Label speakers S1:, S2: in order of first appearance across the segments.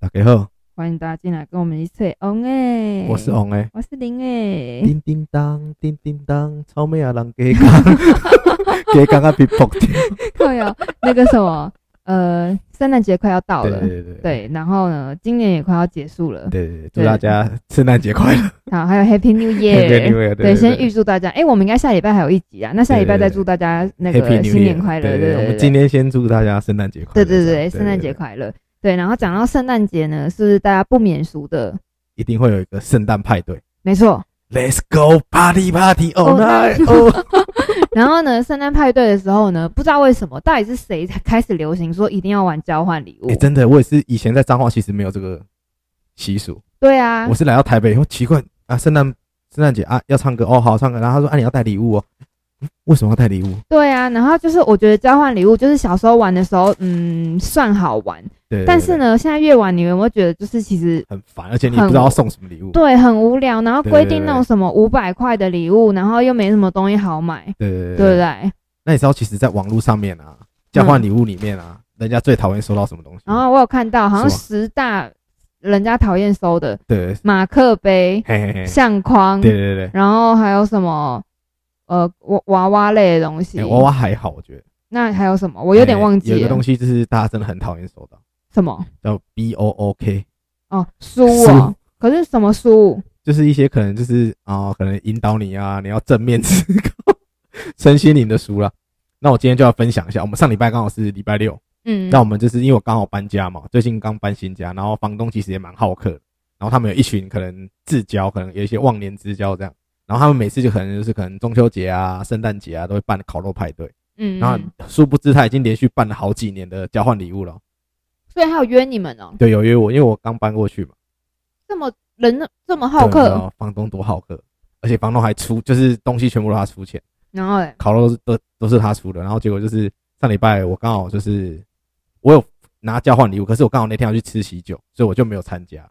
S1: 大家好，
S2: 欢迎大家进来跟我们一起红哎，
S1: 我是，王诶。
S2: 我是林哎，
S1: 叮叮当，叮叮当，草莓啊，人给讲， 给讲啊，被破掉。
S2: 对哦， 那个什么，呃，圣诞节快要到了，
S1: 对对对
S2: 对，然后呢，今年也快要结束了，
S1: 对对对，祝大家圣诞节快乐
S2: 好，还有 Happy New
S1: ！Happy
S2: Year。
S1: New Year，
S2: 对，先预祝大家。哎，我们应该下礼拜还有一集啊，那下礼拜再祝大家那
S1: Happy New
S2: 个
S1: Year，
S2: 新年快乐。
S1: 对
S2: 对
S1: 我们
S2: 对
S1: 今天先祝大家圣诞节快乐。
S2: 对对
S1: 这样
S2: 对，圣诞节快乐。对，然后讲到圣诞节呢，是不是大家不免俗的？
S1: 一定会有一个圣诞派对
S2: 没错。
S1: ，Let's go party party all
S2: All night
S1: night！哦，
S2: 然后呢，圣诞派对的时候呢，不知道为什么，到底是谁才开始流行说一定要玩交换礼物
S1: 哎，？真的，我也是以前在彰化其实没有这个习俗，
S2: 对啊
S1: 我，是来到台北以后奇怪啊，圣诞圣诞节啊要唱歌哦，好唱歌，然后他说啊你要带礼物哦，嗯为什么要带礼物？
S2: 对啊。然后就是我觉得交换礼物，就是小时候玩的时候，嗯，算好玩。
S1: 对，对
S2: 但是，呢，现在越玩，你有没有觉得就是其实
S1: 对很烦，而且你也不知道要送什么礼物。
S2: 对很无聊？然后
S1: 对
S2: 规
S1: 对
S2: 定
S1: 对
S2: 那种什么五百块的礼物，然后又没什么东西好买，
S1: 对对对
S2: 对不对？
S1: 那你知道，其实，在网络上面啊，交换礼物里面啊，人家最讨厌收到什么东西？
S2: 然后我有看到，好像
S1: 是吗
S2: 十大人家讨厌收的
S1: 对，
S2: 马克杯、
S1: 嘿嘿嘿，
S2: 相框，
S1: 对对对
S2: 然后还有什么呃娃娃娃类的东西。
S1: 对，哎娃娃还好，我觉得。
S2: 那还有什么？我有点
S1: 哎
S2: 忘记
S1: 有一个
S2: 了。
S1: 东西就是大家真的很讨厌收到，
S2: 什么？
S1: 叫 B O O K，
S2: 哦，书哦。可是什么书？
S1: 就是一些可能就是啊、可能引导你啊，你要正面思考、身心灵的书啦。那我今天就要分享一下，我们上礼拜刚好是礼拜六，
S2: 嗯
S1: 那、我们就是因为我刚好搬家嘛，最近刚搬新家，然后房东其实也蛮好客的，然后他们有一群可能至交，可能有一些忘年之交这样，然后他们每次就可能就是可能中秋节啊、圣诞节啊都会办烤肉派对，
S2: 嗯，
S1: 然后
S2: 嗯
S1: 殊不知他已经连续办了好几年的交换礼物了。
S2: 所以还有约你们哦，
S1: 对，有约我，因为我刚搬过去嘛，
S2: 这么人那这么好
S1: 对你知
S2: 客，
S1: 道房东多好客，而且房东还出，就是东西全部都他出钱，
S2: 然后嘞，
S1: 烤肉都是都都是他出的，然后结果就是上礼拜我刚好就是我有拿交换礼物，可是我刚好那天要去吃喜酒，所以我就没有参加，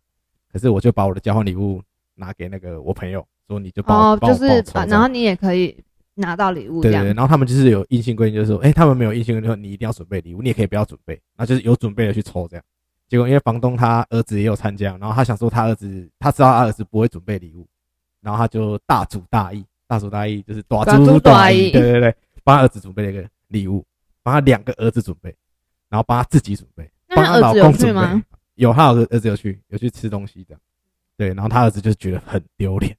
S1: 可是我就把我的交换礼物拿给那个我朋友，说你就帮我、
S2: 哦，
S1: 帮
S2: 就
S1: 我帮我
S2: 是
S1: 抽
S2: 把，
S1: 这样
S2: 然后你也可以拿到礼物这
S1: 对对
S2: 样
S1: 对，。然后他们就是有硬性规定，就是说，哎、他们没有硬性规定说你一定要准备礼物，你也可以不要准备，然后就是有准备的去抽这样。结果因为房东他儿子也有参加，然后他想说他儿子他知道他儿子不会准备礼物，然后他就大主大意，大主大意就是大
S2: 大主大意
S1: 对对对，帮他儿子准备了一个礼物，帮他两个儿子准备，然后帮他自己准备，
S2: 那
S1: 帮
S2: 他
S1: 他
S2: 儿
S1: 老
S2: 子有
S1: 公
S2: 去
S1: 准备
S2: 吗？
S1: 有他儿子儿子有去有去吃东西这样，对，然后他儿子就觉得很丢脸。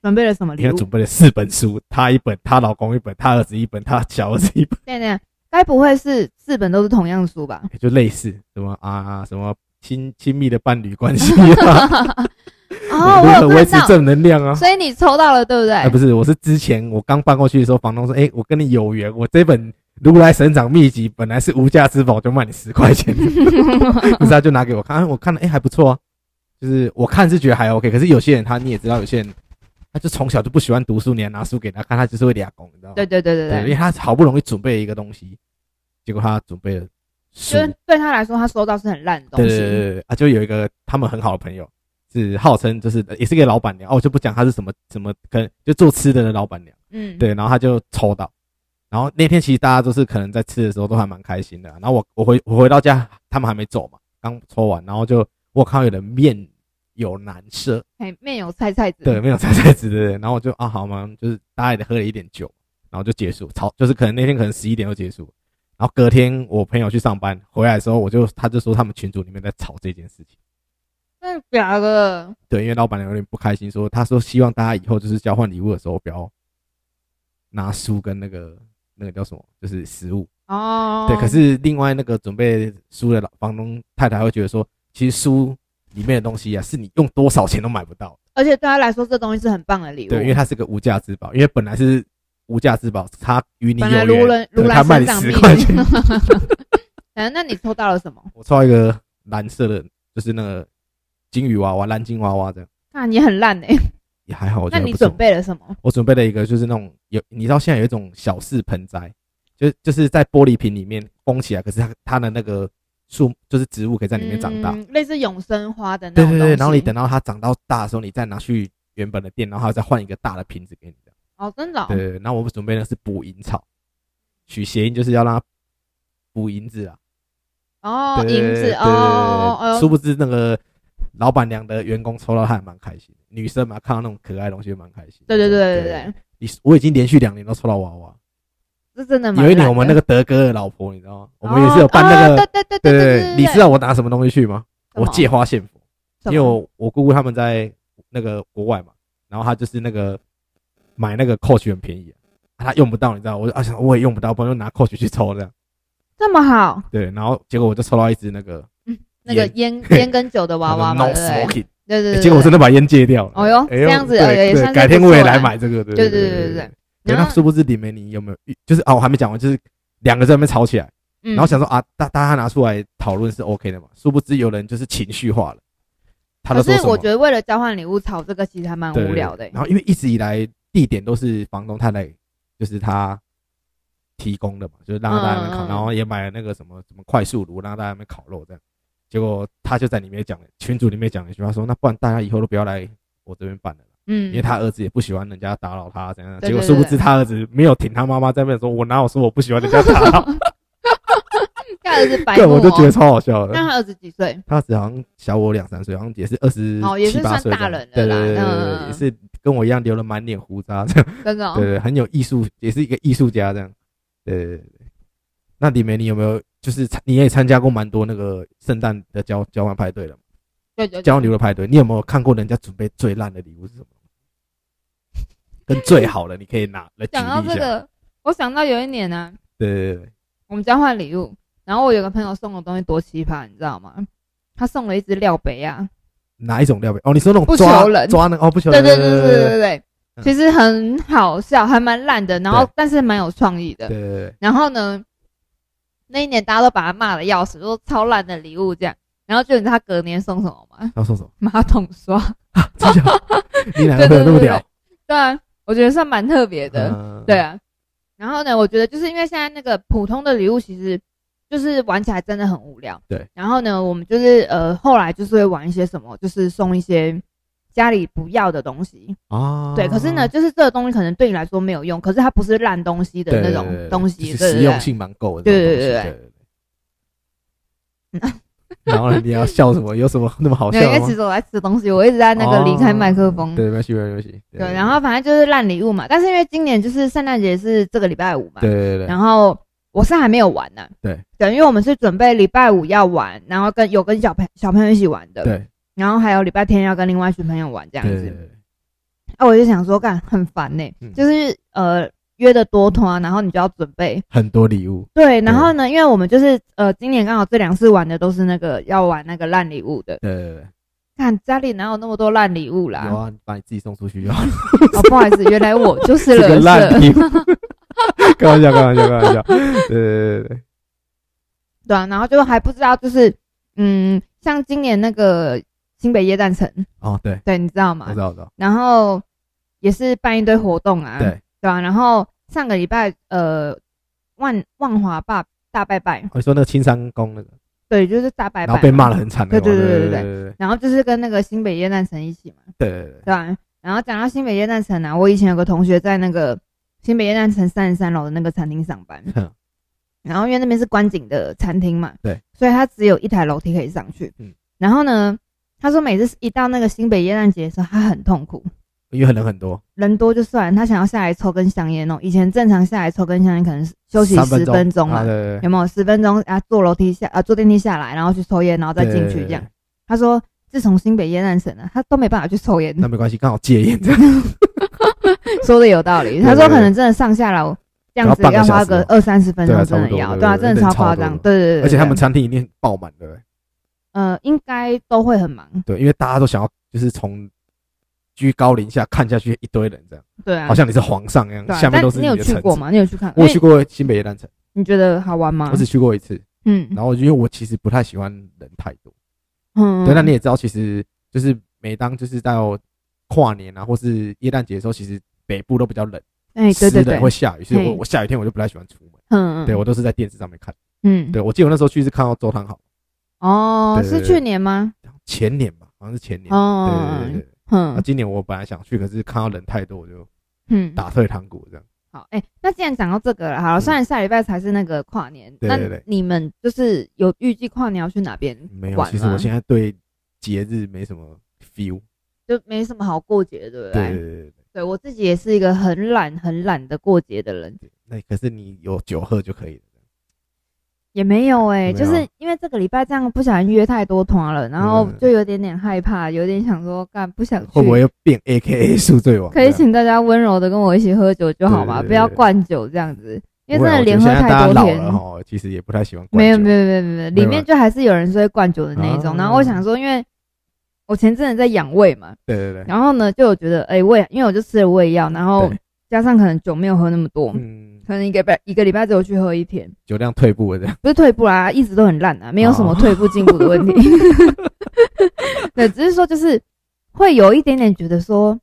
S2: 准备了什么
S1: 你
S2: 礼
S1: 看
S2: 物？
S1: 准备了四本书，她一本，她老公一本，她儿子一本，她小儿子一本，
S2: 对对，该不会是四本都是同样书吧？
S1: 就类似什么啊什么亲亲密的伴侣关系啊，
S2: 哦，
S1: 如何
S2: 我
S1: 维
S2: 有
S1: 持
S2: 看到，
S1: 正能量啊。
S2: 所以你抽到了，对不
S1: 哎，不
S2: 对？
S1: 是，我是之前我刚搬过去的时候，房东说，哎，我跟你有缘，我这本《如来神掌秘籍》本来是无价之宝，我就卖你十块 钱，不是他就拿给我看，啊我看了，哎，还不错啊，就是我看是觉得还 OK，可是有些人他你也知道，有些人他就从小就不喜欢读书，你还拿书给他看，他就是会俩拱，你知道吗？
S2: 对对对对嗯
S1: 对，因
S2: 对
S1: 为，他好不容易准备了一个东西，结果他准备了书
S2: 就，是对他来说，他收到是很烂的
S1: 对
S2: 东
S1: 对对
S2: 西。
S1: 对对啊，就有一个他们很好的朋友，是号称就是也是一个老板娘，哦，我就不讲她是什么什么，可能就做吃的的老板娘，
S2: 嗯，
S1: 对，然后他就抽到，然后那天其实大家都是可能在吃的时候都还蛮开心的啊、然后我我回我回到家，他们还没走嘛，刚抽完，然后就我看到有人面有难色，
S2: 嘿，面有菜菜子。
S1: 对，没有菜菜子的，然后我就啊好嘛，就是大家也喝了一点酒，然后就结束，超就是可能那天可能十一点就结束，然后隔天我朋友去上班回来的时候，我就他就说他们群组里面在吵这件事情，
S2: 那表哥，
S1: 对，因为老板娘有点不开心，说他说希望大家以后就是交换礼物的时候不要拿书跟那个那个叫什么，就是食物，
S2: 哦，
S1: 对，可是另外那个准备书的老房东太太会觉得说，其实书里面的东西啊，是你用多少钱都买不到。
S2: 而且对他来说，这东西是很棒的礼物。
S1: 对，因为它是个无价之宝，因为本来是无价之宝，它与你有
S2: 本来
S1: 缘，
S2: 如人
S1: 对
S2: 如来
S1: 它卖
S2: 神
S1: 你
S2: 掌
S1: 十
S2: 命。
S1: 块钱。
S2: 哎，那你抽到了什么？
S1: 我抽到一个蓝色的，就是那个金鱼娃娃、蓝金娃娃这样，
S2: 那你很烂哎。
S1: 也还好。我觉
S2: 那
S1: 得
S2: 你
S1: 不错
S2: 准？备了什么？
S1: 我准备了一个，就是那种有，你知道现在有一种小式盆栽，就就是在玻璃瓶里面封起来，可是它它的那个树就是植物可以在里面长大。
S2: 嗯，类似永生花的那
S1: 对
S2: 种
S1: 对对，
S2: 东西
S1: 然后你等到它长到大的时候，你再拿去原本的店，然后它再换一个大的瓶子给你。这样
S2: 哦，真的哦
S1: 对对，对，那我们准备的是补银草，取谐音就是要让它补银子啊。
S2: 哦，
S1: 对
S2: 银
S1: 对对
S2: 子哦，
S1: 对对
S2: 哦
S1: 殊不知那个老板娘的员工抽到，她也蛮开心的。女生嘛，看到那种可爱的东西也蛮开心。
S2: 对对对对
S1: 对
S2: 对，
S1: 你我已经连续两年都抽到娃娃。
S2: 这真的蛮
S1: 有一
S2: 懒
S1: 年我们那
S2: 的
S1: 个德哥的老婆，你知道吗？我们也是有办那
S2: 哦
S1: 个，
S2: 对对对
S1: 对
S2: 对
S1: 对，你知道我拿什么东西去吗？我借花献佛，因为我我姑姑他们在那个国外嘛，然后他就是那个买那个 Coach 很便宜、啊，他用不到，你知道吗，我就啊想我也用不到，不然就拿 Coach 去抽这样。
S2: 这么好，
S1: 对，然后结果我就抽到一只那个
S2: 那个
S1: 烟
S2: 烟烟跟酒的娃娃嘛，
S1: ，No
S2: 对不对
S1: Smoking，
S2: 对对
S1: 欸
S2: 对，
S1: 结果我真
S2: 的
S1: 的把烟戒掉了。
S2: 哦哟
S1: 哎呦
S2: 这样子
S1: 对
S2: 哎也
S1: 对
S2: 算是
S1: 改天
S2: 不
S1: 我也
S2: 错
S1: 来
S2: 啦
S1: 买这个。对
S2: 对
S1: 对
S2: 对
S1: 对
S2: 对对
S1: 对
S2: 对。
S1: 对，那殊不知李梅你有没有遇？就是啊，我还没讲完，就是两个在那边吵起来。
S2: 然
S1: 然后想说啊，大大家拿出来讨论是 OK 的嘛？殊不知有人就是情绪化了，他都
S2: 可
S1: 说
S2: 是
S1: 什
S2: 我
S1: 么？
S2: 觉得为了交换礼物吵这个其实还蛮
S1: 对对
S2: 无聊的欸
S1: 对。然后因为一直以来地点都是房东太太，就是他提供的嘛，就是让大家在那边烤，
S2: 嗯嗯嗯
S1: 然后也买了那个什么什么快速炉，让大家在那边烤肉这样。结果他就在里面讲了，群主里面讲了一句话说，那不然大家以后都不要来我这边办了啦。
S2: 嗯，
S1: 因为他儿子也不喜欢人家打扰他，怎样？
S2: 对
S1: 结果
S2: 对
S1: 殊不
S2: 对
S1: 知他儿子没有挺他妈妈在那边说，我哪有说我不喜欢人家打扰？
S2: 他儿 子白
S1: 对，
S2: 目
S1: 我
S2: 哦
S1: 就觉得超好笑的。
S2: 那他儿子几岁？
S1: 他只好像小我两三岁，好像也是二十
S2: 哦也是
S1: 七八岁
S2: 算大
S1: 这样
S2: 人了
S1: 对
S2: 啦
S1: 对对对对，
S2: 嗯
S1: 也是跟我一样留了满脸胡渣，这样
S2: 真的哦
S1: 对，对，很有艺术，也是一个艺术家这样。对对对对。那李梅，你有没有就是参你也参加过蛮多那个圣诞的交交换派对了嘛，
S2: 对对
S1: 交
S2: 对，
S1: 换礼物的派对，你有没有看过人家准备最烂的礼物是什么？跟最好的，你可以拿来举
S2: 讲到
S1: 例一
S2: 这
S1: 下。
S2: 个，我想到有一年呢，
S1: 对对对
S2: 我们交换礼物，然后我有个朋友送的东西多奇葩，你知道吗？他送了一只料杯啊，
S1: 哪一种料理？哦，你说那种
S2: 不
S1: 抓
S2: 求人
S1: 抓那个哦，不求
S2: 对
S1: 人。
S2: 对
S1: 对
S2: 对对对对
S1: 嗯，
S2: 其实很好笑，还蛮烂的，然后
S1: 对
S2: 但是蛮有创意的。
S1: 对对对，
S2: 然后呢，那一年大家都把他骂的要死，说超烂的礼物这样。然后就你知道他隔年送什么吗？
S1: 要送什么？
S2: 马桶刷。
S1: 真的假的你哪个会有那么
S2: 对对对对
S1: 屌？
S2: 对啊，我觉得算蛮特别的。
S1: 嗯
S2: 对啊，然后呢，我觉得就是因为现在那个普通的礼物其实就是玩起来真的很无聊。
S1: 对。
S2: 然后呢，我们就是呃后来就是会玩一些什么，就是送一些家里不要的东西。
S1: 啊，
S2: 对，可是呢，就是这个东西可能对你来说没有用，可是它不是烂东西的
S1: 对
S2: 那
S1: 对
S2: 种
S1: 对
S2: 东
S1: 就
S2: 西，
S1: 是
S2: 对
S1: 实
S2: 对
S1: 用
S2: 对。
S1: 性蛮够的。
S2: 对对
S1: 这种
S2: 对
S1: 东西对 对对。然后呢，你要笑什么？有什么那么好
S2: 没
S1: 笑
S2: 有，因为
S1: 吗
S2: 其？实我在吃东西，我一直在那个离开麦克风。
S1: 对，没关系，没关系。对
S2: 对，然后反正就是烂礼物嘛，但是因为今年就是圣诞节是这个礼拜五嘛，
S1: 对对对对
S2: 然后我是还没有玩呢、
S1: 对
S2: 对，因为我们是准备礼拜五要玩，然后跟有跟小朋小朋友一起玩的，
S1: 对
S2: 然后还有礼拜天要跟另外一群朋友玩这样
S1: 对对
S2: 子。
S1: 对
S2: 啊，我就想说，干很烦呢、
S1: 嗯
S2: 就是呃约的多团，然后你就要准备。
S1: 很多礼物。
S2: 对，然后呢，因为我们就是呃今年刚好这两次玩的都是那个要玩那个烂礼物的，
S1: 对对对，
S2: 看家里哪有那么多烂礼物啦？
S1: 有啊，你把你自己送出去就 好了。
S2: 哦，不好意思，原来我就 是
S1: 这个
S2: 乐色
S1: 烂。礼物， 开玩笑，开玩笑，开玩笑。对对对对
S2: 对啊，然后就还不知道，就是嗯，像今年那个新北耶诞城，
S1: 哦，对，
S2: 对，你知道
S1: 我
S2: 吗
S1: 知？道，我知道。
S2: 然后也是办一堆活动啊，
S1: 对，
S2: 对啊，然后上个礼拜呃，万万华爸大拜拜，
S1: 我说那个青山宫那个，
S2: 对，就是大拜拜，
S1: 然后被骂的，很惨那个嘛。
S2: 对对
S1: 对
S2: 对
S1: 对
S2: 对对
S1: 对
S2: 然后就是跟那个新北耶诞城一起嘛，
S1: 对对对。
S2: 对啊，然后讲到新北耶诞城啊，我以前有个同学在那个新北耶诞城三十三楼的那个餐厅上班，
S1: 哼
S2: 然后因为那边是观景的餐厅嘛，
S1: 对，
S2: 所以他只有一台楼梯可以上去。
S1: 嗯
S2: 嗯，然后呢，他说每次一到那个新北耶诞节的时候，他很痛苦，
S1: 因为人很多，
S2: 人多就算，他想要下来抽根香烟哦。以前正常下来抽根香烟可能是休息
S1: 三
S2: 十分钟
S1: 啊
S2: 嘛，
S1: 对对对
S2: 有没有？十分钟啊，坐楼梯下啊，坐电梯下来，然后去抽烟，然后再进
S1: 对对
S2: 去
S1: 对
S2: 这样。他说自从新北耶诞城啊，他都没办法去抽烟，
S1: 那没关系，刚好戒烟这样。
S2: 说的有道理。
S1: 对
S2: 他说
S1: 对对
S2: 可能真的上下楼这样子
S1: 然后半
S2: 要
S1: 个
S2: 花
S1: 小时
S2: 个
S1: 哦
S2: 二三十分
S1: 对啊
S2: 钟，
S1: 差不
S2: 真的
S1: 多
S2: 要
S1: 对
S2: 对啊，
S1: 对
S2: 真
S1: 对
S2: 的超
S1: 差不
S2: 夸
S1: 多
S2: 张。对对对 对，
S1: 而且他们
S2: 对
S1: 餐厅一定爆满，对不对？
S2: 呃应该都会很忙。
S1: 对，因为大家都想要就是从居高临下看下去一堆人这样，
S2: 对啊，
S1: 好像你是皇上一样
S2: 对，啊。
S1: 下面
S2: 但
S1: 都是
S2: 你有
S1: 的
S2: 去
S1: 臣
S2: 过
S1: 子。
S2: 吗？你有去看？哎
S1: 我有去过新北耶诞城，
S2: 你觉得好玩吗
S1: 我？只去过一次，
S2: 嗯
S1: 然后因为我其实不太喜欢人太多。
S2: 嗯
S1: 对，那你也知道，其实就是每当就是到跨年啊，或是耶诞节的时候，其实北部都比较冷，
S2: 哎，对对
S1: 湿
S2: 对
S1: 冷会，下雨，所以我
S2: 嘿
S1: 我下雨天我就不太喜欢出门。
S2: 嗯，嗯
S1: 对我都是在电视上面看。
S2: 嗯，
S1: 对我记得我那时候去是看到周汤好
S2: 哦，
S1: 对对
S2: 是
S1: 对
S2: 去年吗？
S1: 前年吧，好像是前年。对啊
S2: 哦
S1: 对对，对。那
S2: 嗯
S1: 今年我本来想去，可是看到人太多，我就
S2: 嗯，
S1: 打退堂鼓这样。
S2: 好，哎、那既然讲到这个了，好了，
S1: 嗯
S2: 虽然下礼拜才是那个跨年，
S1: 对对嗯对
S2: 那你们就是有预计跨年要去哪边？
S1: 没有，
S2: 嗯管啊
S1: 其实我
S2: 吗
S1: 现在对节日没什么 feel。
S2: 就没什么好过节的，对
S1: 对
S2: 不对？
S1: 对对对，
S2: 对我自己也是一个很懒、很懒的过节的人，
S1: 那可是你有酒喝就可以了。
S2: 也没有
S1: 没
S2: 哎、
S1: 有
S2: 就是因为这个礼拜这样不小心约太多团了，然后
S1: 嗯
S2: 就有点点害怕，有点想说干不想去。
S1: 会不会又变 A K A 宿醉王？啊
S2: 可以请大家温柔的跟我一起喝酒就好嘛，
S1: 对对对
S2: 不要灌酒这样子，因为真
S1: 不会啊我
S2: 的
S1: 觉得
S2: 连喝
S1: 现在
S2: 太多
S1: 大家
S2: 天
S1: 老了。哈，其实也不太喜欢灌
S2: 没有
S1: 酒
S2: 没有没有没有，里面就还是有人是会灌酒的那一种。
S1: 啊
S2: 然后我想说，因为我前阵子在养胃嘛，
S1: 对对对，
S2: 然后呢就有觉得，哎、胃，因为我就吃了胃药，然后
S1: 对
S2: 加上可能酒没有喝那么多，
S1: 嗯，
S2: 可能一个拜一个礼拜只有去喝一天，
S1: 酒量退步了这样。
S2: 不是退步啦，一直都很烂啊，没有什么
S1: 哦
S2: 退步进步 的问题。对，只是说就是会有一点点觉得说，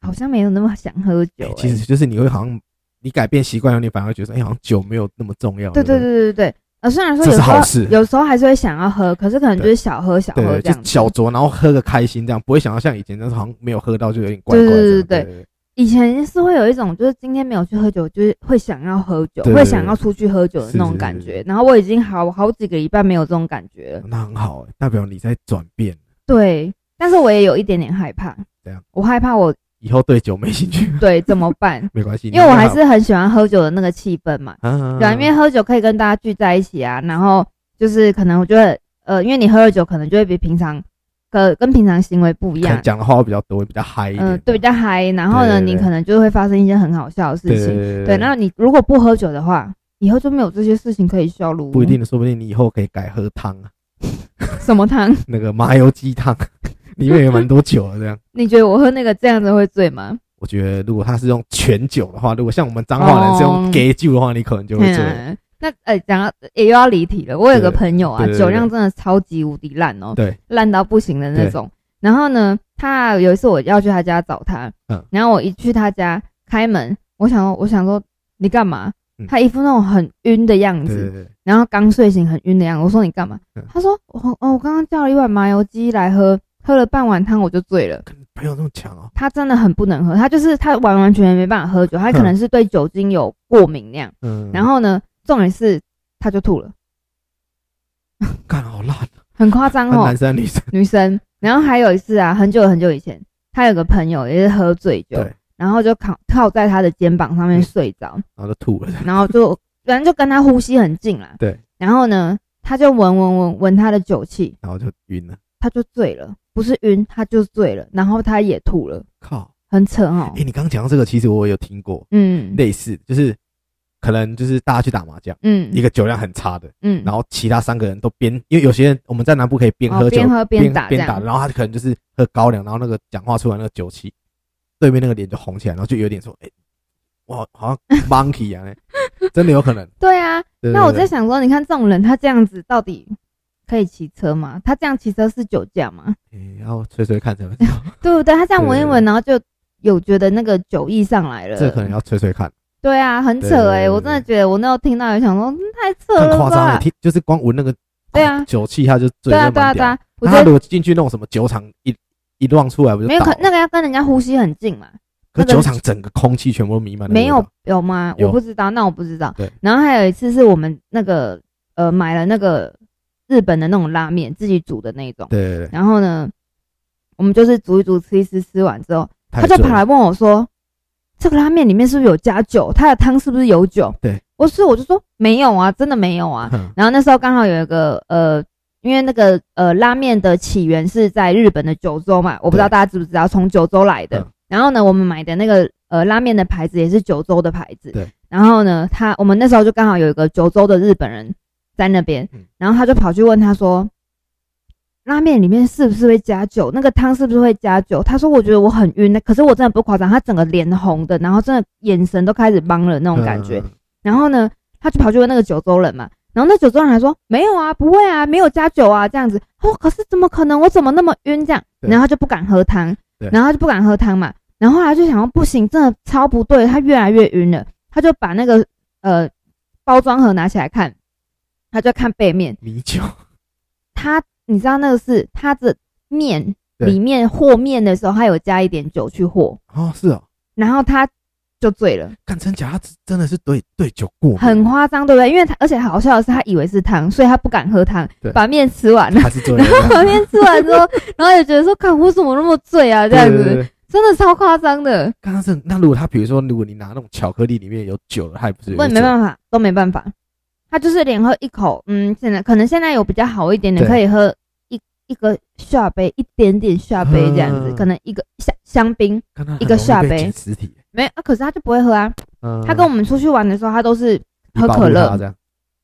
S2: 好像没有那么想喝酒、
S1: 哎
S2: 欸
S1: 其实就是你会好像你改变习惯后，你反而会觉得，哎，好像酒没有那么重要。
S2: 对对
S1: 对
S2: 对对对，呃，虽然说
S1: 这
S2: 有
S1: 是
S2: 时
S1: 好
S2: 候
S1: 事
S2: 有时候还是会想要喝，可是可能就是小喝小
S1: 对
S2: 喝
S1: 对，
S2: 这样
S1: 就
S2: 子。
S1: 小酌，然后喝个开心，这样不会想到像以前那时候好像没有喝到就有点怪怪的。
S2: 对对对
S1: 对
S2: 对以前是会有一种，就是今天没有去喝酒，就是会想要喝
S1: 对
S2: 酒，
S1: 对
S2: 会
S1: 对
S2: 想要出去喝酒的那种感
S1: 是
S2: 觉。然后我已经好好几个礼拜没有这种感觉了，
S1: 那很好，哎代表你在转变，
S2: 对。但是我也有一点点害怕
S1: 怎样，
S2: 我害怕我
S1: 以后对酒没兴趣？
S2: 对怎么办
S1: 没关系，
S2: 因为我还是很喜欢喝酒的那个气氛嘛，
S1: 啊，
S2: 对啊，因为喝酒可以跟大家聚在一起啊，然后就是可能我觉得，呃，因为你喝了酒，可能就会比平常跟跟平常行为不一
S1: 可
S2: 样
S1: 能，讲的话会比较多，比较嗨一点。
S2: 嗯、对，比较嗨。然后
S1: 对
S2: 呢，
S1: 对对
S2: 你可能就会发生一些很好笑的事
S1: 对对
S2: 情。
S1: 对
S2: 对，那你如果不喝酒的话，以后就没有这些事情可以笑撸。
S1: 不一定，说不定你以后可以改喝汤啊，
S2: 什么汤？
S1: 那个麻油鸡汤， 里面有蛮多酒的这样。
S2: 你觉得我喝那个这样子会醉吗？
S1: 我觉得如果他是用全酒的话，如果像我们彰化人是用
S2: 哦
S1: gay 酒的话，你可能就会醉。
S2: 嗯那呃，讲到也又要离题了。我有个朋友啊，
S1: 对对对对
S2: 酒量真的超级无敌烂哦，
S1: 对，
S2: 烂到不行的那种。然后呢，他有一次我要去他家找他，
S1: 嗯
S2: 然后我一去他家开门，我想我想说你干嘛？
S1: 嗯
S2: 他一副那种很晕的样
S1: 对
S2: 子，
S1: 对对，
S2: 然后刚睡醒很晕的样子。我说你干嘛
S1: 嗯？
S2: 他说我哦，我刚刚叫了一碗麻油鸡来喝，喝了半碗汤我就醉了。
S1: 朋友这么强哦，
S2: 他真的很不能喝，他就是他完完全全没办法喝酒，他可能是对酒精有过敏那样。
S1: 嗯，
S2: 然后呢，重点是他就吐了，
S1: 干好烂啊，
S2: 很夸张
S1: 那
S2: 哦
S1: 男，生女生，
S2: 女生。然后还有一次啊，很久很久以前，他有个朋友也是喝醉酒
S1: 对，
S2: 然后就靠靠在他的肩膀上面睡着，
S1: 然后就吐了，
S2: 然后就 反正就跟他呼吸很近啦。
S1: 对。
S2: 然后呢，他就闻闻闻闻他的酒气，
S1: 然后就晕了，
S2: 他就醉了，不是晕，他就醉了，然后他也吐了，
S1: 靠！
S2: 很扯哦
S1: 哎，。你刚刚讲到这个，其实我有听过
S2: 嗯
S1: 类似，就是可能就是大家去打麻将，
S2: 嗯
S1: 一个酒量很差的，
S2: 嗯，
S1: 然后其他三个人都边，因为有些人我们在南部可以边
S2: 哦
S1: 喝酒
S2: 边喝边打
S1: 边
S2: 这
S1: 打，
S2: 样
S1: 然后他可能就是喝高粱，然后那个讲话出来那个酒气，对面那个脸就红起来，然后就有点说，哎、哇，好像 monkey 啊，欸真的有可能。
S2: 对啊，
S1: 对
S2: 那我在
S1: 对
S2: 想说，你看这种人，他这样子到底可以骑车吗？他这样骑车是酒驾吗？
S1: 对哎然后吹吹看，怎么知道
S2: 对不对？他这样闻一
S1: 对对
S2: 闻，
S1: 对
S2: 然后就有觉得那个酒意上来了。
S1: 这可能要吹吹看，
S2: 对啊，很
S1: 对对
S2: 扯
S1: 对
S2: 哎、
S1: 对
S2: 我真的觉得我那时候听到也想说，嗯太扯
S1: 很
S2: 了
S1: 夸张欸
S2: 吧？
S1: 听就是光闻那个
S2: 对啊
S1: 酒气，他就醉
S2: 对啊，
S1: 得
S2: 对啊，
S1: 蛮
S2: 对
S1: 屌
S2: 啊。，我
S1: 那
S2: 觉
S1: 他如
S2: 得
S1: 果进去那种什么酒厂一一乱出来，不就
S2: 没有
S1: 倒
S2: 可
S1: 了？
S2: 那个要跟人家呼吸很近嘛，
S1: 可
S2: 那个
S1: 酒厂整个空气全部都弥漫的味道，
S2: 没有有吗？
S1: 有
S2: 我不知道，那我不知道。
S1: 对，
S2: 然后还有一次是我们那个呃买了那个日本的那种拉面，自己煮的那种。
S1: 对对对，
S2: 然后呢，我们就是煮一煮，吃一吃，吃完之后，
S1: 他
S2: 他就跑来问我说：“这个拉面里面是不是有加酒？它的汤是不是有酒？”
S1: 对，
S2: 我是我就说没有啊，真的没有啊。
S1: 嗯
S2: 然后那时候刚好有一个呃，因为那个呃拉面的起源是在日本的九州嘛，我不知道
S1: 对
S2: 大家知不知道，从九州来的
S1: 嗯。
S2: 然后呢，我们买的那个呃拉面的牌子也是九州的牌子。
S1: 对。
S2: 然后呢，他我们那时候就刚好有一个九州的日本人在那边
S1: 嗯，
S2: 然后他就跑去问他说。拉面里面是不是会加酒？那个汤是不是会加酒？他说：“我觉得我很晕，可是我真的不夸张，他整个脸红的，然后真的眼神都开始懵了那
S1: 那
S2: 种感觉。然后呢，他就跑去问那个九州人嘛，然后那九州人还说没有啊，不会啊，没有加酒啊，这样子。哦，可是怎么可能？我怎么那么晕这样？
S1: 对
S2: 然后他就不敢喝汤
S1: 对，
S2: 然后他就不敢喝汤嘛。然后后来就想说不行，真的超不对，他越来越晕了。他就把那个呃包装盒拿起来看，他就看背面，
S1: 米酒，
S2: 他你知道那个是他的面
S1: 对
S2: 里面和面的时候，他有加一点酒去和，
S1: 哦，是哦，
S2: 然后他就醉了，
S1: 干真假，他真的是对对酒过敏，
S2: 很夸张，对不对？因为他而且好笑的是，他以为是汤，所以他不敢喝汤
S1: 对，
S2: 把面吃完了，
S1: 他是这样，
S2: 把 面吃完之后，然后也觉得说，看我怎么那么醉啊，这样
S1: 对对
S2: 子
S1: 对
S2: 真的超夸张的，
S1: 刚刚是那如果他比如说，如果你拿那种巧克力里面有酒了，他也不是
S2: 我也没办法，都没办法。他就是连喝一口，嗯，现在可能现在有比较好一点点，
S1: 对
S2: 可以喝一一个下杯，一点点下杯这样子，
S1: 嗯
S2: 可能一个香香槟
S1: 法
S2: 一个下杯
S1: 实体，
S2: 没有啊，可是他就不会喝啊。
S1: 嗯，
S2: 他跟我们出去玩的时候，他都是
S1: 你
S2: 喝
S1: 保
S2: 可
S1: 护
S2: 乐
S1: 他这样，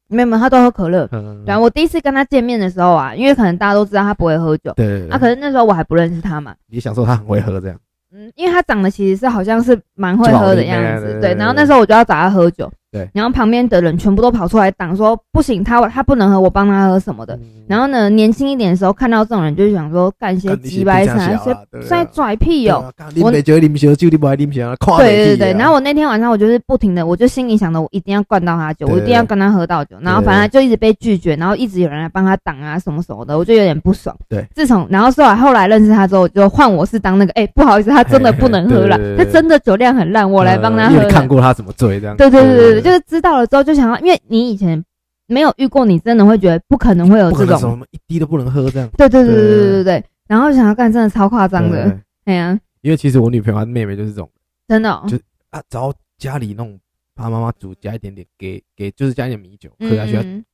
S2: 没有没有，他都喝可乐。
S1: 嗯，
S2: 然后我第一次跟他见面的时候啊，因为可能大家都知道他不会喝酒，
S1: 对对对，嗯
S2: 啊，可是那时候我还不认识他嘛，
S1: 你想说他很会喝这样，
S2: 嗯，因为他长得其实是好像是蛮会喝的样
S1: 就老龄，
S2: 子
S1: 对对
S2: 对。
S1: 对
S2: 然后那时候我就要找他喝酒，
S1: 对
S2: 然后旁边的人全部都跑出来挡，说不行，他他不能喝，我帮他喝什么的。
S1: 嗯
S2: 然后呢，年轻一点的时候看到这种人，就想说干一些
S1: 干你是
S2: 鸡掰
S1: 不这样
S2: 啥，
S1: 想
S2: 谁
S1: 啊对不对
S2: 在拽屁哦。
S1: 对啊干你
S2: 我
S1: 没酒，你没酒，就你不爱啊啉酒，跨
S2: 对对对，然后我那天晚上我就是不停的，我就心里想着我一定要灌到他酒，
S1: 对
S2: 我一定要跟他喝到酒，然后反正就一直被拒绝，然后一直有人来帮他挡啊什么什么的，我就有点不爽。
S1: 对，
S2: 自从然后后来后来认识他之后，就换我是 当那个，哎、不好意思，他真的不能喝了
S1: 嘿嘿，对
S2: 他真的酒量很烂，我来帮他
S1: 因
S2: 喝
S1: 为你看
S2: 的。
S1: 过他怎么醉这样，
S2: 对对对对对，就是知道了之后就想要，因为你以前没有遇过，你真的会觉得不可能会有
S1: 不可
S2: 这
S1: 能什
S2: 种。
S1: 么一滴都不能喝这样，
S2: 对对对对
S1: 对
S2: 对对对对，然后想要干真的超夸张
S1: 对
S2: 的，
S1: 对
S2: 哎呀，
S1: 因为其实我女朋友她妹妹就是这种
S2: 真的哦
S1: 就啊，只要家里弄怕妈妈煮加一点点给给就是加一点米酒
S2: 嗯
S1: 喝下去，她啊
S2: 嗯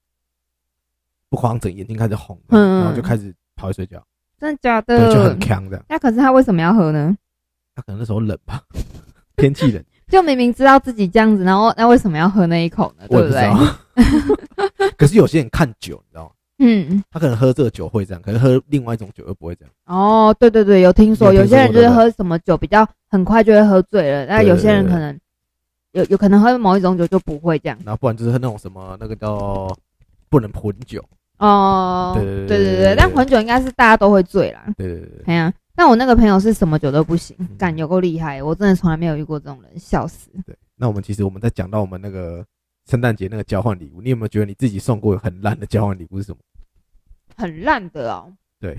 S1: 不慌整眼睛开始红，
S2: 嗯
S1: 然后就开始跑去睡觉，
S2: 真的假
S1: 对，就很
S2: 的？
S1: 强这样。
S2: 那可是他为什么要喝呢？
S1: 她可能那时候冷吧，天气冷，
S2: 就明明知道自己这样子，然后那为什么要喝那一口呢？
S1: 我
S2: 对
S1: 也不知
S2: 对？
S1: 道。可是有些人看酒，你知道吗？
S2: 嗯，
S1: 他可能喝这个酒会这样，可是喝另外一种酒又不会这样。
S2: 哦，对对对，有听说
S1: 有
S2: 有
S1: 听说
S2: 些人就是
S1: 对对
S2: 喝什么酒比较很快就会喝醉了，那
S1: 对对
S2: 有些人
S1: 对对
S2: 可能有有可能喝某一种酒就不会这样。
S1: 然后不然就是喝那种什么那个叫不能混酒，
S2: 哦，
S1: 对对对
S2: 对
S1: 对
S2: 对
S1: 对
S2: 对，但混酒应该是大家都会醉啦。
S1: 对对对对，
S2: 哎呀，但我那个朋友是什么酒都不行
S1: 嗯，
S2: 干有够厉害，我真的从来没有遇过这种人，笑死。
S1: 那我们其实我们在讲到我们那个圣诞节那个交换礼物，你有没有觉得你自己送过很烂的交换礼物是什么？
S2: 很烂的哦。
S1: 对，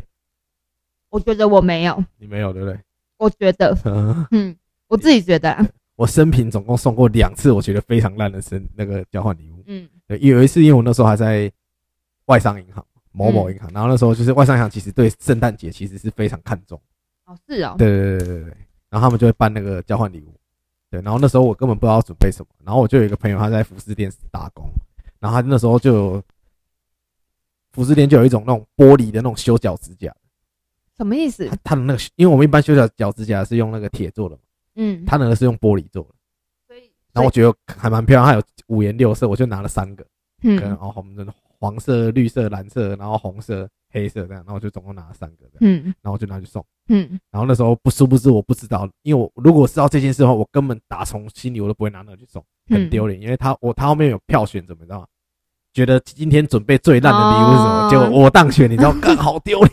S2: 我觉得我没有，
S1: 你没有对不对？
S2: 我觉得，嗯，我自己觉得啊，
S1: 我生平总共送过两次，我觉得非常烂的生那个交换礼物。
S2: 嗯
S1: 对，有一次因为我那时候还在外商银行某某银行，然后那时候就是外商银行其实对圣诞节其实是非常看重，
S2: 哦是哦，
S1: 对对对对对对，然后他们就会办那个交换礼物，对，然后那时候我根本不知道准备什么，然后我就有一个朋友他在服饰店打工，然后他那时候就有服饰店就有一种那种玻璃的那种修脚指甲，
S2: 什么意思
S1: 他？他的那个因为我们一般修脚脚指甲是用那个铁做的嘛，
S2: 嗯，
S1: 他那个是用玻璃做的。
S2: 所以，
S1: 然后我觉得还蛮漂亮，它有五颜六色，我就拿了三个，
S2: 嗯
S1: 可能哦红的黄色、绿色、蓝色，然后红色、黑色这样，然后我就总共拿了三个这样，
S2: 嗯
S1: 然后我就拿去送。
S2: 嗯，
S1: 然后那时候不殊不知我不知道，因为我如果知道这件事的话，我根本打从心里我都不会拿那个去送，很丢
S2: 脸。
S1: 脸，因为他我他后面有票选，怎么你知道吗？觉得今天准备最烂的礼物是什么？
S2: 哦
S1: 结果我当选，你知道，干好丢脸，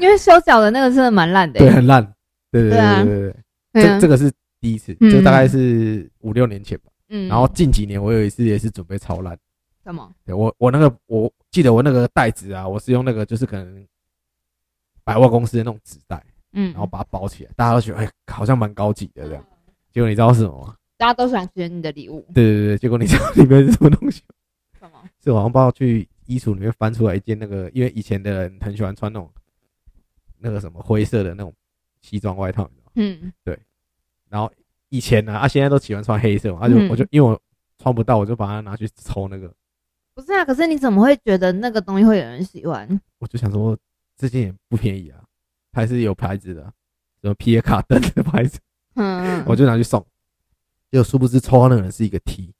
S2: 因为修脚的那个真的蛮烂的欸
S1: 对，
S2: 耶，
S1: 很烂，对对
S2: 对啊
S1: 对对对对，
S2: 对
S1: 这
S2: 啊
S1: 这个是第一次，
S2: 嗯
S1: 这个大概是五六年前吧。
S2: 嗯，
S1: 然后近几年我有一次也是准备超烂。
S2: 什么？
S1: 对我我那个我记得我那个袋子啊，我是用那个就是可能百货公司的那种纸袋，
S2: 嗯，
S1: 然后把它包起来，大家都觉得哎、好像蛮高级的这样。结果你知道是什么吗？
S2: 大家都想选你的礼物，
S1: 对对对对，结果你知道里面是什么东西吗？
S2: 什么？
S1: 是我好像不知道去衣橱里面翻出来一件那个，因为以前的人很喜欢穿那种那个什么灰色的那种西装外套，你知道吗？
S2: 嗯
S1: 然后以前呢、啊，现在都喜欢穿黑色嘛，他、啊就
S2: 嗯
S1: 我就因为我穿不到，我就把它拿去抽那个，
S2: 不是啊，可是你怎么会觉得那个东西会有人喜欢？
S1: 我就想说这件也不便宜啊，还是有牌子的啊，什么皮耶卡登的牌子，
S2: 嗯，
S1: 我就拿去送。结果殊不知抽到那个人是一个 T，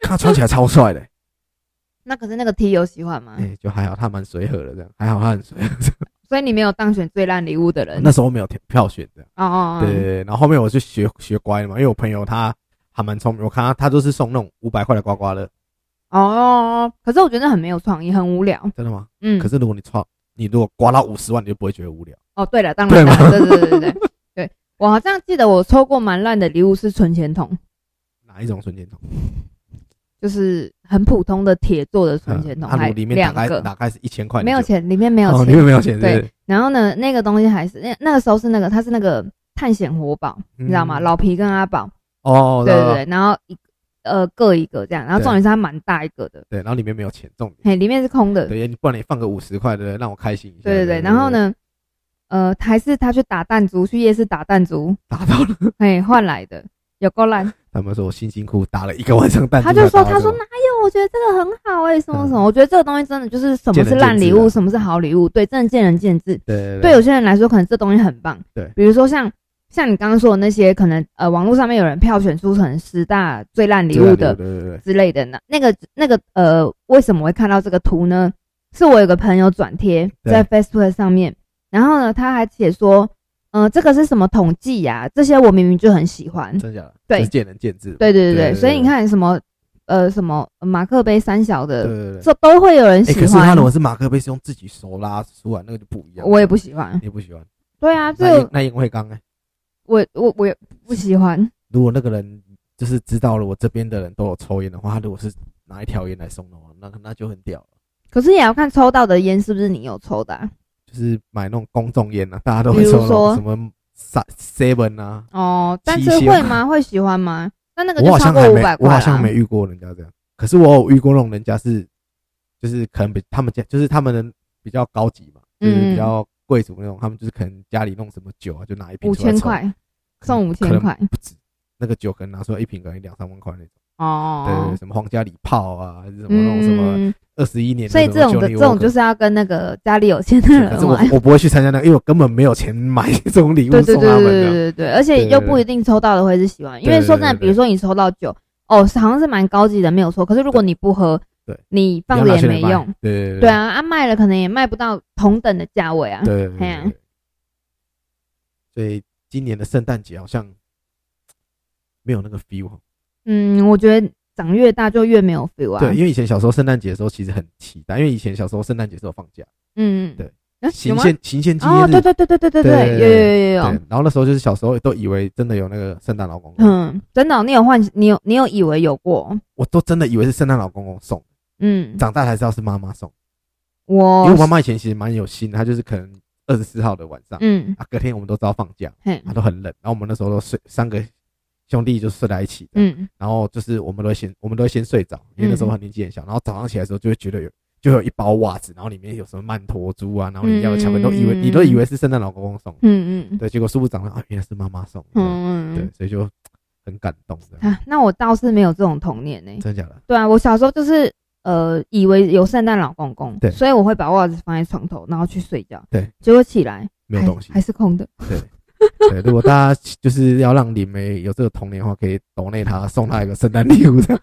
S1: 看他穿起来超帅 的、欸，
S2: 那可是那个 T 有喜欢吗
S1: 哎、？就还好他蛮随和的这样，还好他很随和。
S2: 所以你没有当选最烂礼物的人。
S1: 那时候没有票选这样，
S2: 哦哦，哦
S1: 对对，对。然后后面我就学学乖了嘛，因为我朋友他还蛮聪明，我看他他都是送那种五百块的刮刮乐，
S2: 哦哦，哦可是我觉得很没有创意，很无聊。
S1: 真的吗？
S2: 嗯
S1: 可，是如果你穿，你如果刮到五十万，你就不会觉得无聊。
S2: 哦，对了，当
S1: 对
S2: 然
S1: 吗
S2: 了，对对对对对对，对我好像记得我抽过蛮烂的礼物是存钱筒，
S1: 哪一种存钱筒？
S2: 就是很普通的铁做的存钱筒，
S1: 啊它如
S2: 还
S1: 嗯果里面打
S2: 两
S1: 开
S2: 个，
S1: 打开是一千块，
S2: 没有
S1: 你就
S2: 钱，里面没有
S1: 哦，
S2: 钱
S1: 里。面没有钱，是不是
S2: 对，然后呢，那个东西还是那那个时候是那个，它是那个探险活宝，
S1: 你
S2: 你知道吗？老皮跟阿宝，
S1: 嗯哦，
S2: 对对
S1: 对
S2: 对，然后一呃各一个这样，然后
S1: 对
S2: 重点是它蛮大一个的，
S1: 对，然后里面没有钱，重点
S2: 嘿，里面是空的，对
S1: 对，你不然你放个五十块的，让我开心一下。
S2: 对对，然后，呢，呃，还是他去打弹珠，去夜市打弹珠，
S1: 打到了，
S2: 嘿，换来的。有够烂，
S1: 他们说我辛辛苦苦打了一个晚上弹珠
S2: 他
S1: 才
S2: 就
S1: 打
S2: 说：“
S1: 到这个，
S2: 他说哪有？我觉得这个很好哎、什么什么？
S1: 嗯
S2: 我觉得这个东西真的就是什么
S1: 见
S2: 是
S1: 仁
S2: 烂
S1: 见
S2: 礼
S1: 智啊
S2: 物，什么是好礼物，对，真的见仁见智。
S1: 对对
S2: 对有些人来说，可能这东西很棒。
S1: 对
S2: 比如说像像你刚刚说的那些，可能呃网络上面有人票选出可能十大最烂礼
S1: 这个对
S2: 物的
S1: 对对对，
S2: 之类的呢。那个那个呃，为什么会看到这个图呢？是我有个朋友转贴
S1: 对
S2: 在 Facebook 上面，然后呢，他还写说，嗯、这个是什么统计呀、这些我明明就很喜欢。
S1: 真假的，
S2: 对
S1: 这是见仁见智嘛。
S2: 对对
S1: 对
S2: 对
S1: 对
S2: 对，
S1: 对
S2: 所以你看什么呃什么马克杯三小
S1: 对
S2: 的，
S1: 对对对。
S2: 这都会有人
S1: 哎，
S2: 喜
S1: 可是他
S2: 欢
S1: 如。果是马克杯是用自己手拉出来，那个就不一样。
S2: 我也不，喜欢。
S1: 也不喜欢。
S2: 对啊，
S1: 那
S2: 这
S1: 因那因为刚哎，
S2: 我我我也不喜欢。
S1: 如果那个人就是知道了我这边的人都有抽烟的话，他如果是拿一条烟来送的话，那那就很屌了。
S2: 可是也要看抽到的烟是不是你有抽的啊、
S1: 就是买那种公众烟啊，大家都会
S2: 比如
S1: 抽那种
S2: 说
S1: 什么 seven 啊，
S2: 哦，但是
S1: 七夕
S2: 会吗？会喜欢吗？那那个
S1: 我
S2: 就
S1: 好
S2: 超
S1: 像
S2: 过
S1: 还
S2: 五
S1: 没
S2: 百，块啊
S1: 我
S2: 啦
S1: 好像没遇过人家这样。可是我有遇过那种人家是，就是可能比他们家就是他们的比较高级嘛，就是
S2: 嗯
S1: 比较贵族那种，他们就是可能家里弄什么酒啊，就拿一瓶
S2: 五
S1: 出来
S2: 千
S1: 抽，
S2: 块，送五
S1: 可
S2: 千
S1: 能
S2: 块
S1: 不止。那个酒可能拿出来一瓶，可能两三万块那种。
S2: 哦。
S1: 对对对，什么皇家礼炮啊，还是什么那种什么
S2: 嗯，
S1: 二十一年的
S2: 所
S1: 什
S2: 以
S1: 么 Johnny
S2: 这种的
S1: Walker
S2: 这种就是要跟那个家里有钱的
S1: 可
S2: 人
S1: 是我
S2: 玩。
S1: 我不会去参加那个，因为我根本没有钱买这种礼物
S2: 对对
S1: 送
S2: 对
S1: 他
S2: 对
S1: 们
S2: 对
S1: 的。
S2: 对对，而且
S1: 对对
S2: 又
S1: 对
S2: 不一定抽到的会是喜欢，因为
S1: 对对
S2: 说真的，
S1: 对对
S2: 比如说你抽到酒，哦，是好像是蛮高级的，没有错。可是如果你不喝
S1: 对，
S2: 你
S1: 你要
S2: 放着
S1: 拿
S2: 也
S1: 去那
S2: 没
S1: 里卖
S2: 用。。
S1: 对对对
S2: 对，啊，啊卖了可能也卖不到同等的价位 啊。
S1: 对对对
S2: 嘿啊
S1: 对。所以今年的圣诞节好像没有那个 feel 哦。
S2: 嗯，我觉得长越大就越没有 feel 啊。
S1: 对，因为以前小时候圣诞节的时候其实很期待，因为以前小时候圣诞节是有放假，
S2: 嗯，
S1: 对
S2: 嗯，
S1: 行宪行宪纪念
S2: 哦，
S1: 日。
S2: 对哦对对对对
S1: 对
S2: 对对，
S1: 对对
S2: 有有有有有
S1: 对，然后那时候就是小时候都以为真的有那个圣诞老公公，
S2: 嗯，真的哦、你有幻，你有你有以为有过，
S1: 我都真的以为是圣诞老公公送，
S2: 嗯，哦
S1: 长大才知道是妈妈送。因为我妈
S2: 我，
S1: 妈以前其实蛮有心的，她就是可能二十四号的晚上，
S2: 嗯，
S1: 啊，隔天我们都知道放假，
S2: 嘿，
S1: 啊，都很冷，然后我们那时候都睡三个兄弟就睡在一起，嗯，
S2: 嗯，
S1: 然后就是我们都会先我们都会先睡着，因为那时候很年纪很小，然后早上起来的时候就会觉得有就有一包袜子，然后里面有什么曼陀珠啊，然后你要巧克力，都以为
S2: 嗯
S1: 你都以为是圣诞老公公送的，
S2: 嗯嗯
S1: 对，结果殊不知长大啊原来是妈妈送的，
S2: 嗯
S1: 对
S2: 嗯，，
S1: 所以就很感动这样，
S2: 啊，那我倒是没有这种童年呢、
S1: 真的假的？
S2: 对啊，我小时候就是呃，以为有圣诞老公公，
S1: 对
S2: 所以我会把袜子放在床头，然后去睡觉，
S1: 对，
S2: 结果起来
S1: 没有东西
S2: 还还，是空的，
S1: 对，如果大家就是要让李梅有这个童年的话，可以 donate 她送她一个圣诞礼物 这样，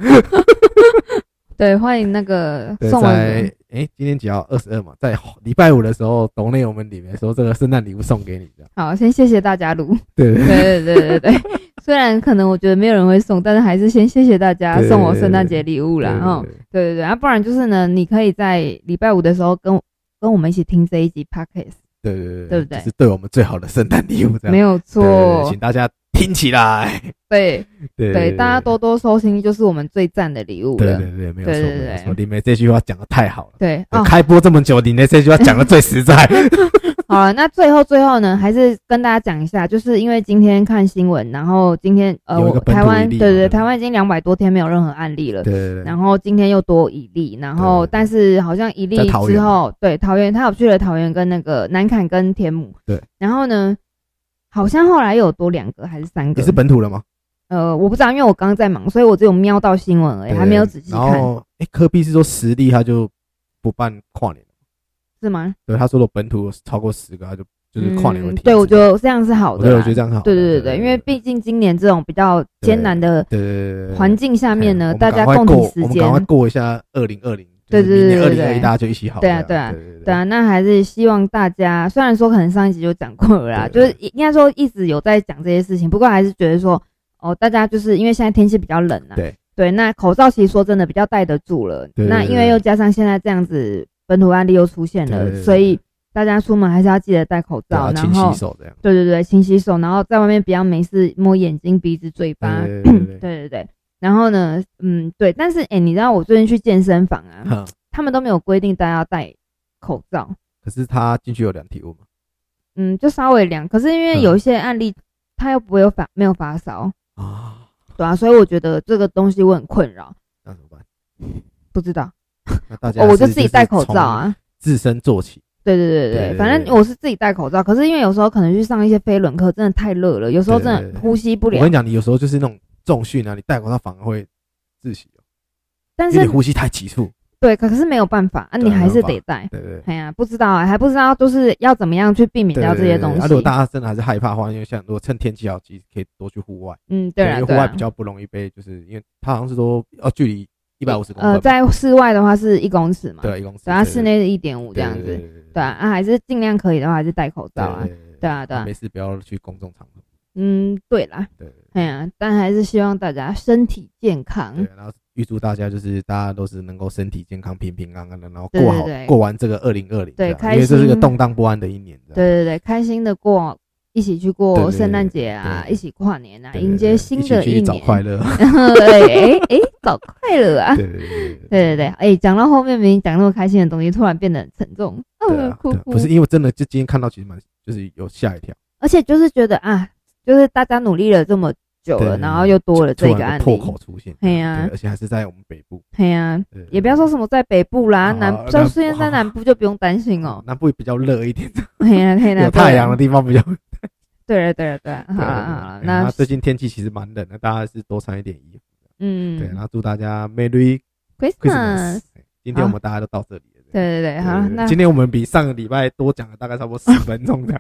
S2: 对，欢迎那个
S1: 对，
S2: 送我
S1: 在
S2: 们
S1: 诶今天只要二十二嘛，在礼拜五的时候 donate 我们李梅说这个圣诞礼物送给你这样，
S2: 好，先谢谢大家撸。
S1: 对对
S2: 对对对对对， 虽然可能我觉得没有人会送，但是还是先谢谢大家
S1: 对
S2: 送我圣诞节礼物啦。
S1: 对对
S2: 哦
S1: 对，
S2: 对对对，啊，不然就是呢，你可以在礼拜五的时候跟我跟我们一起听这一集 podcast，
S1: 对对
S2: 对
S1: 对
S2: 不对
S1: 这是对我们最好的圣诞礼物，这样
S2: 没
S1: 对对
S2: 有
S1: 对
S2: 错
S1: 请。大家听起来，
S2: 对
S1: 对
S2: 对，大家多多收听，就是我们最赞的礼物
S1: 对
S2: 了
S1: 对。对，没有
S2: 对
S1: 错，
S2: 对对
S1: 没有
S2: 对
S1: 错，李梅这句话讲的太好了。
S2: 对哦，
S1: 开播这么久，你梅这句话讲的最实 在。
S2: 好了，那最后最后呢，还是跟大家讲一下，就是因为今天看新闻，然后今天呃，
S1: 有一
S2: 我
S1: 个本土
S2: 台湾
S1: 一例
S2: 对
S1: 嘛
S2: 对，对
S1: 对不对
S2: 台湾已经两百多天没有任何案例了
S1: 对，对对，
S2: 然后今天又多一例，然后
S1: 对
S2: 但是好像一例
S1: 在桃园
S2: 之后，对桃园，他有去了桃园跟那个南坎跟田母，
S1: 对，
S2: 然后呢，好像后来又有多两个还是三
S1: 你
S2: 个
S1: 是，本土的吗？
S2: 呃，我不知道，因为我刚刚在忙，所以我只有瞄到新闻而已，
S1: 对
S2: 还没有仔细
S1: 然
S2: 看，
S1: 后，哎，科比是说实力他就不办跨年，
S2: 是吗？嗯
S1: 对他说的本土有超过十个，他就就是跨年问题。
S2: 对，我觉得这样是好
S1: 我
S2: 的
S1: 对
S2: 啦，
S1: 我觉得这样很好。
S2: 对对对对，因为毕竟今年这种比较艰难的
S1: 对对对对
S2: 环境下
S1: 下
S2: 面呢，大家共体时
S1: 我们赶快
S2: 间，
S1: 过一下二零二零，
S2: 对对对
S1: 二
S2: 对对
S1: 零二
S2: 对
S1: 一大家就一起好这
S2: 对啊
S1: 样。
S2: 对啊
S1: 对
S2: 对啊，那还是希望大家，虽然说可能上一集就讲过了啦，就
S1: 对
S2: 是应该说一直有在讲这些事情，不过还是觉得说，哦，大家就是因为现在天气比较冷啊，
S1: 对
S2: 那口罩其实说真的比较戴得住了，
S1: 对对
S2: 那
S1: 对
S2: 因为又加上现在这样子本土案例又出现了，
S1: 对对对
S2: 所以大家出门还是要记得戴口
S1: 对
S2: 罩，
S1: 啊
S2: 然
S1: 勤
S2: 后
S1: 洗手这样。
S2: 对对对，勤洗手，然后在外面不要没事摸眼睛、鼻子、嘴巴，
S1: 对对对对
S2: 对对对然后呢，嗯，对，但是哎、诶你知道我最近去健身房啊，
S1: 哼
S2: 他们都没有规定大家要戴口罩。
S1: 可是他进去有量体温嘛？
S2: 嗯，就稍微量。可是因为
S1: 嗯
S2: 有一些案例，他又不会有发没有发烧，
S1: 啊，
S2: 对啊，所以我觉得这个东西我很困扰，
S1: 那怎么办？
S2: 不知道，
S1: 那大家
S2: 哦，我
S1: 还
S2: 就是自己
S1: 是
S2: 戴口罩
S1: 从
S2: 啊，
S1: 自身做起。
S2: 对对
S1: 对
S2: 对对
S1: 对
S2: 对，反正我是自己戴口罩，可是因为有时候可能去上一些飞轮课，真的太热了，有时候
S1: 对
S2: 真
S1: 对
S2: 的
S1: 对
S2: 呼吸不
S1: 我
S2: 了
S1: 跟你，讲，你有时候就是那种重训啊，你戴口罩反而会窒息哦，
S2: 但
S1: 因为
S2: 是
S1: 你呼吸太急促。
S2: 对，可是没有办法啊，
S1: 对啊
S2: 你还
S1: 没
S2: 是
S1: 有办
S2: 得戴。
S1: 对对对。
S2: 哎呀，不知道啊，还不知道就是要怎么样去避免
S1: 对
S2: 掉这些
S1: 对对
S2: 东
S1: 对啊
S2: 西
S1: 如。果大家真的还是害怕的话，因为像如果趁天气好，其实可以多去户外，
S2: 嗯，对啊，
S1: 因为户
S2: 对
S1: 外
S2: 啊
S1: 比。较不容易被，就是因为它好像是说哦，距离一百五十公
S2: 呃，
S1: 分吧，
S2: 在室外的话是一公尺嘛，
S1: 对，一公尺，
S2: 对啊，室内是一点五这样子。
S1: 子
S2: 对啊，，啊还是尽量可以的话，还是戴口罩啊。对啊对啊
S1: 没事，不要去公众场合。
S2: 嗯，对啦，
S1: 对
S2: 哎呀，但还是希望大家身体健康。
S1: 对，然后预祝大家就是大家都是能够身体健康、平平安安的，然后
S2: 对
S1: 过好
S2: 对对
S1: 过完这个二零二零，
S2: 对
S1: 因为这是
S2: 开
S1: 个
S2: 心
S1: 动荡不安的一年，这样
S2: 对对对，开心的过，一起去
S1: 对对
S2: 过
S1: 对
S2: 圣诞节啊，
S1: 对
S2: 一起跨年啊，
S1: 对对
S2: 迎
S1: 对
S2: 接新
S1: 一起
S2: 的
S1: 去
S2: 一
S1: 找
S2: 年。
S1: 快乐，
S2: 对，哎哎，早快乐啊！
S1: 对对对对
S2: 对对对，哎，讲到后面明明讲那么开心的东西，突然变得很沉重，
S1: 对
S2: 嗯，
S1: 啊，
S2: 哭
S1: 对啊
S2: 哭。
S1: 不是因为我真的就今天看到，其实蛮就是有吓一跳，
S2: 而且就是觉得啊，就是大家努力了这么久
S1: 对
S2: 了，
S1: 对
S2: 然后又多了
S1: 突
S2: 这
S1: 然
S2: 个案
S1: 有破
S2: 例，
S1: 口出现，
S2: 嘿啊
S1: 对而且还是在我们北部，
S2: 对呀，
S1: 对对对
S2: 也不要说什么在北部啦，
S1: 好
S2: 南
S1: 南
S2: 就
S1: 部
S2: 出现在南部就不用担心哦。啊
S1: 南部比较热一点，
S2: 嘿呀，嘿呀，
S1: 有太阳的地 方比较。
S2: 对了，对了，对了，好
S1: 对对
S2: 了好了，
S1: 对
S2: 啊那
S1: 最近天气其实蛮冷的，大家还是多穿一点衣服。对，然
S2: 嗯
S1: 后祝大家 Merry
S2: ，Christmas，
S1: Christmas。今哎天我们大家都到这里了。
S2: 对啊对对，好，
S1: 对对
S2: 那
S1: 今天我们比上个礼拜多讲了大概差不多十分钟这 样，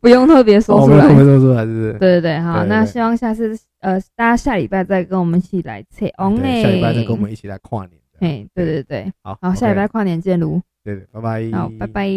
S2: 不用特别
S1: 哦
S2: 说
S1: 我
S2: 出
S1: 们
S2: 来
S1: 我。们说出来是不是？
S2: 对对对，好，
S1: 对对
S2: 那
S1: 对
S2: 希望下次呃，大家下礼拜再跟我们一起来测哦
S1: 对
S2: 呢。
S1: 下礼拜再跟我们一起来跨年。这样
S2: 嘿，对对对，
S1: 好，
S2: 好，下礼
S1: OK，
S2: 拜跨年见，卢，
S1: 对对，拜拜，
S2: 好，拜拜。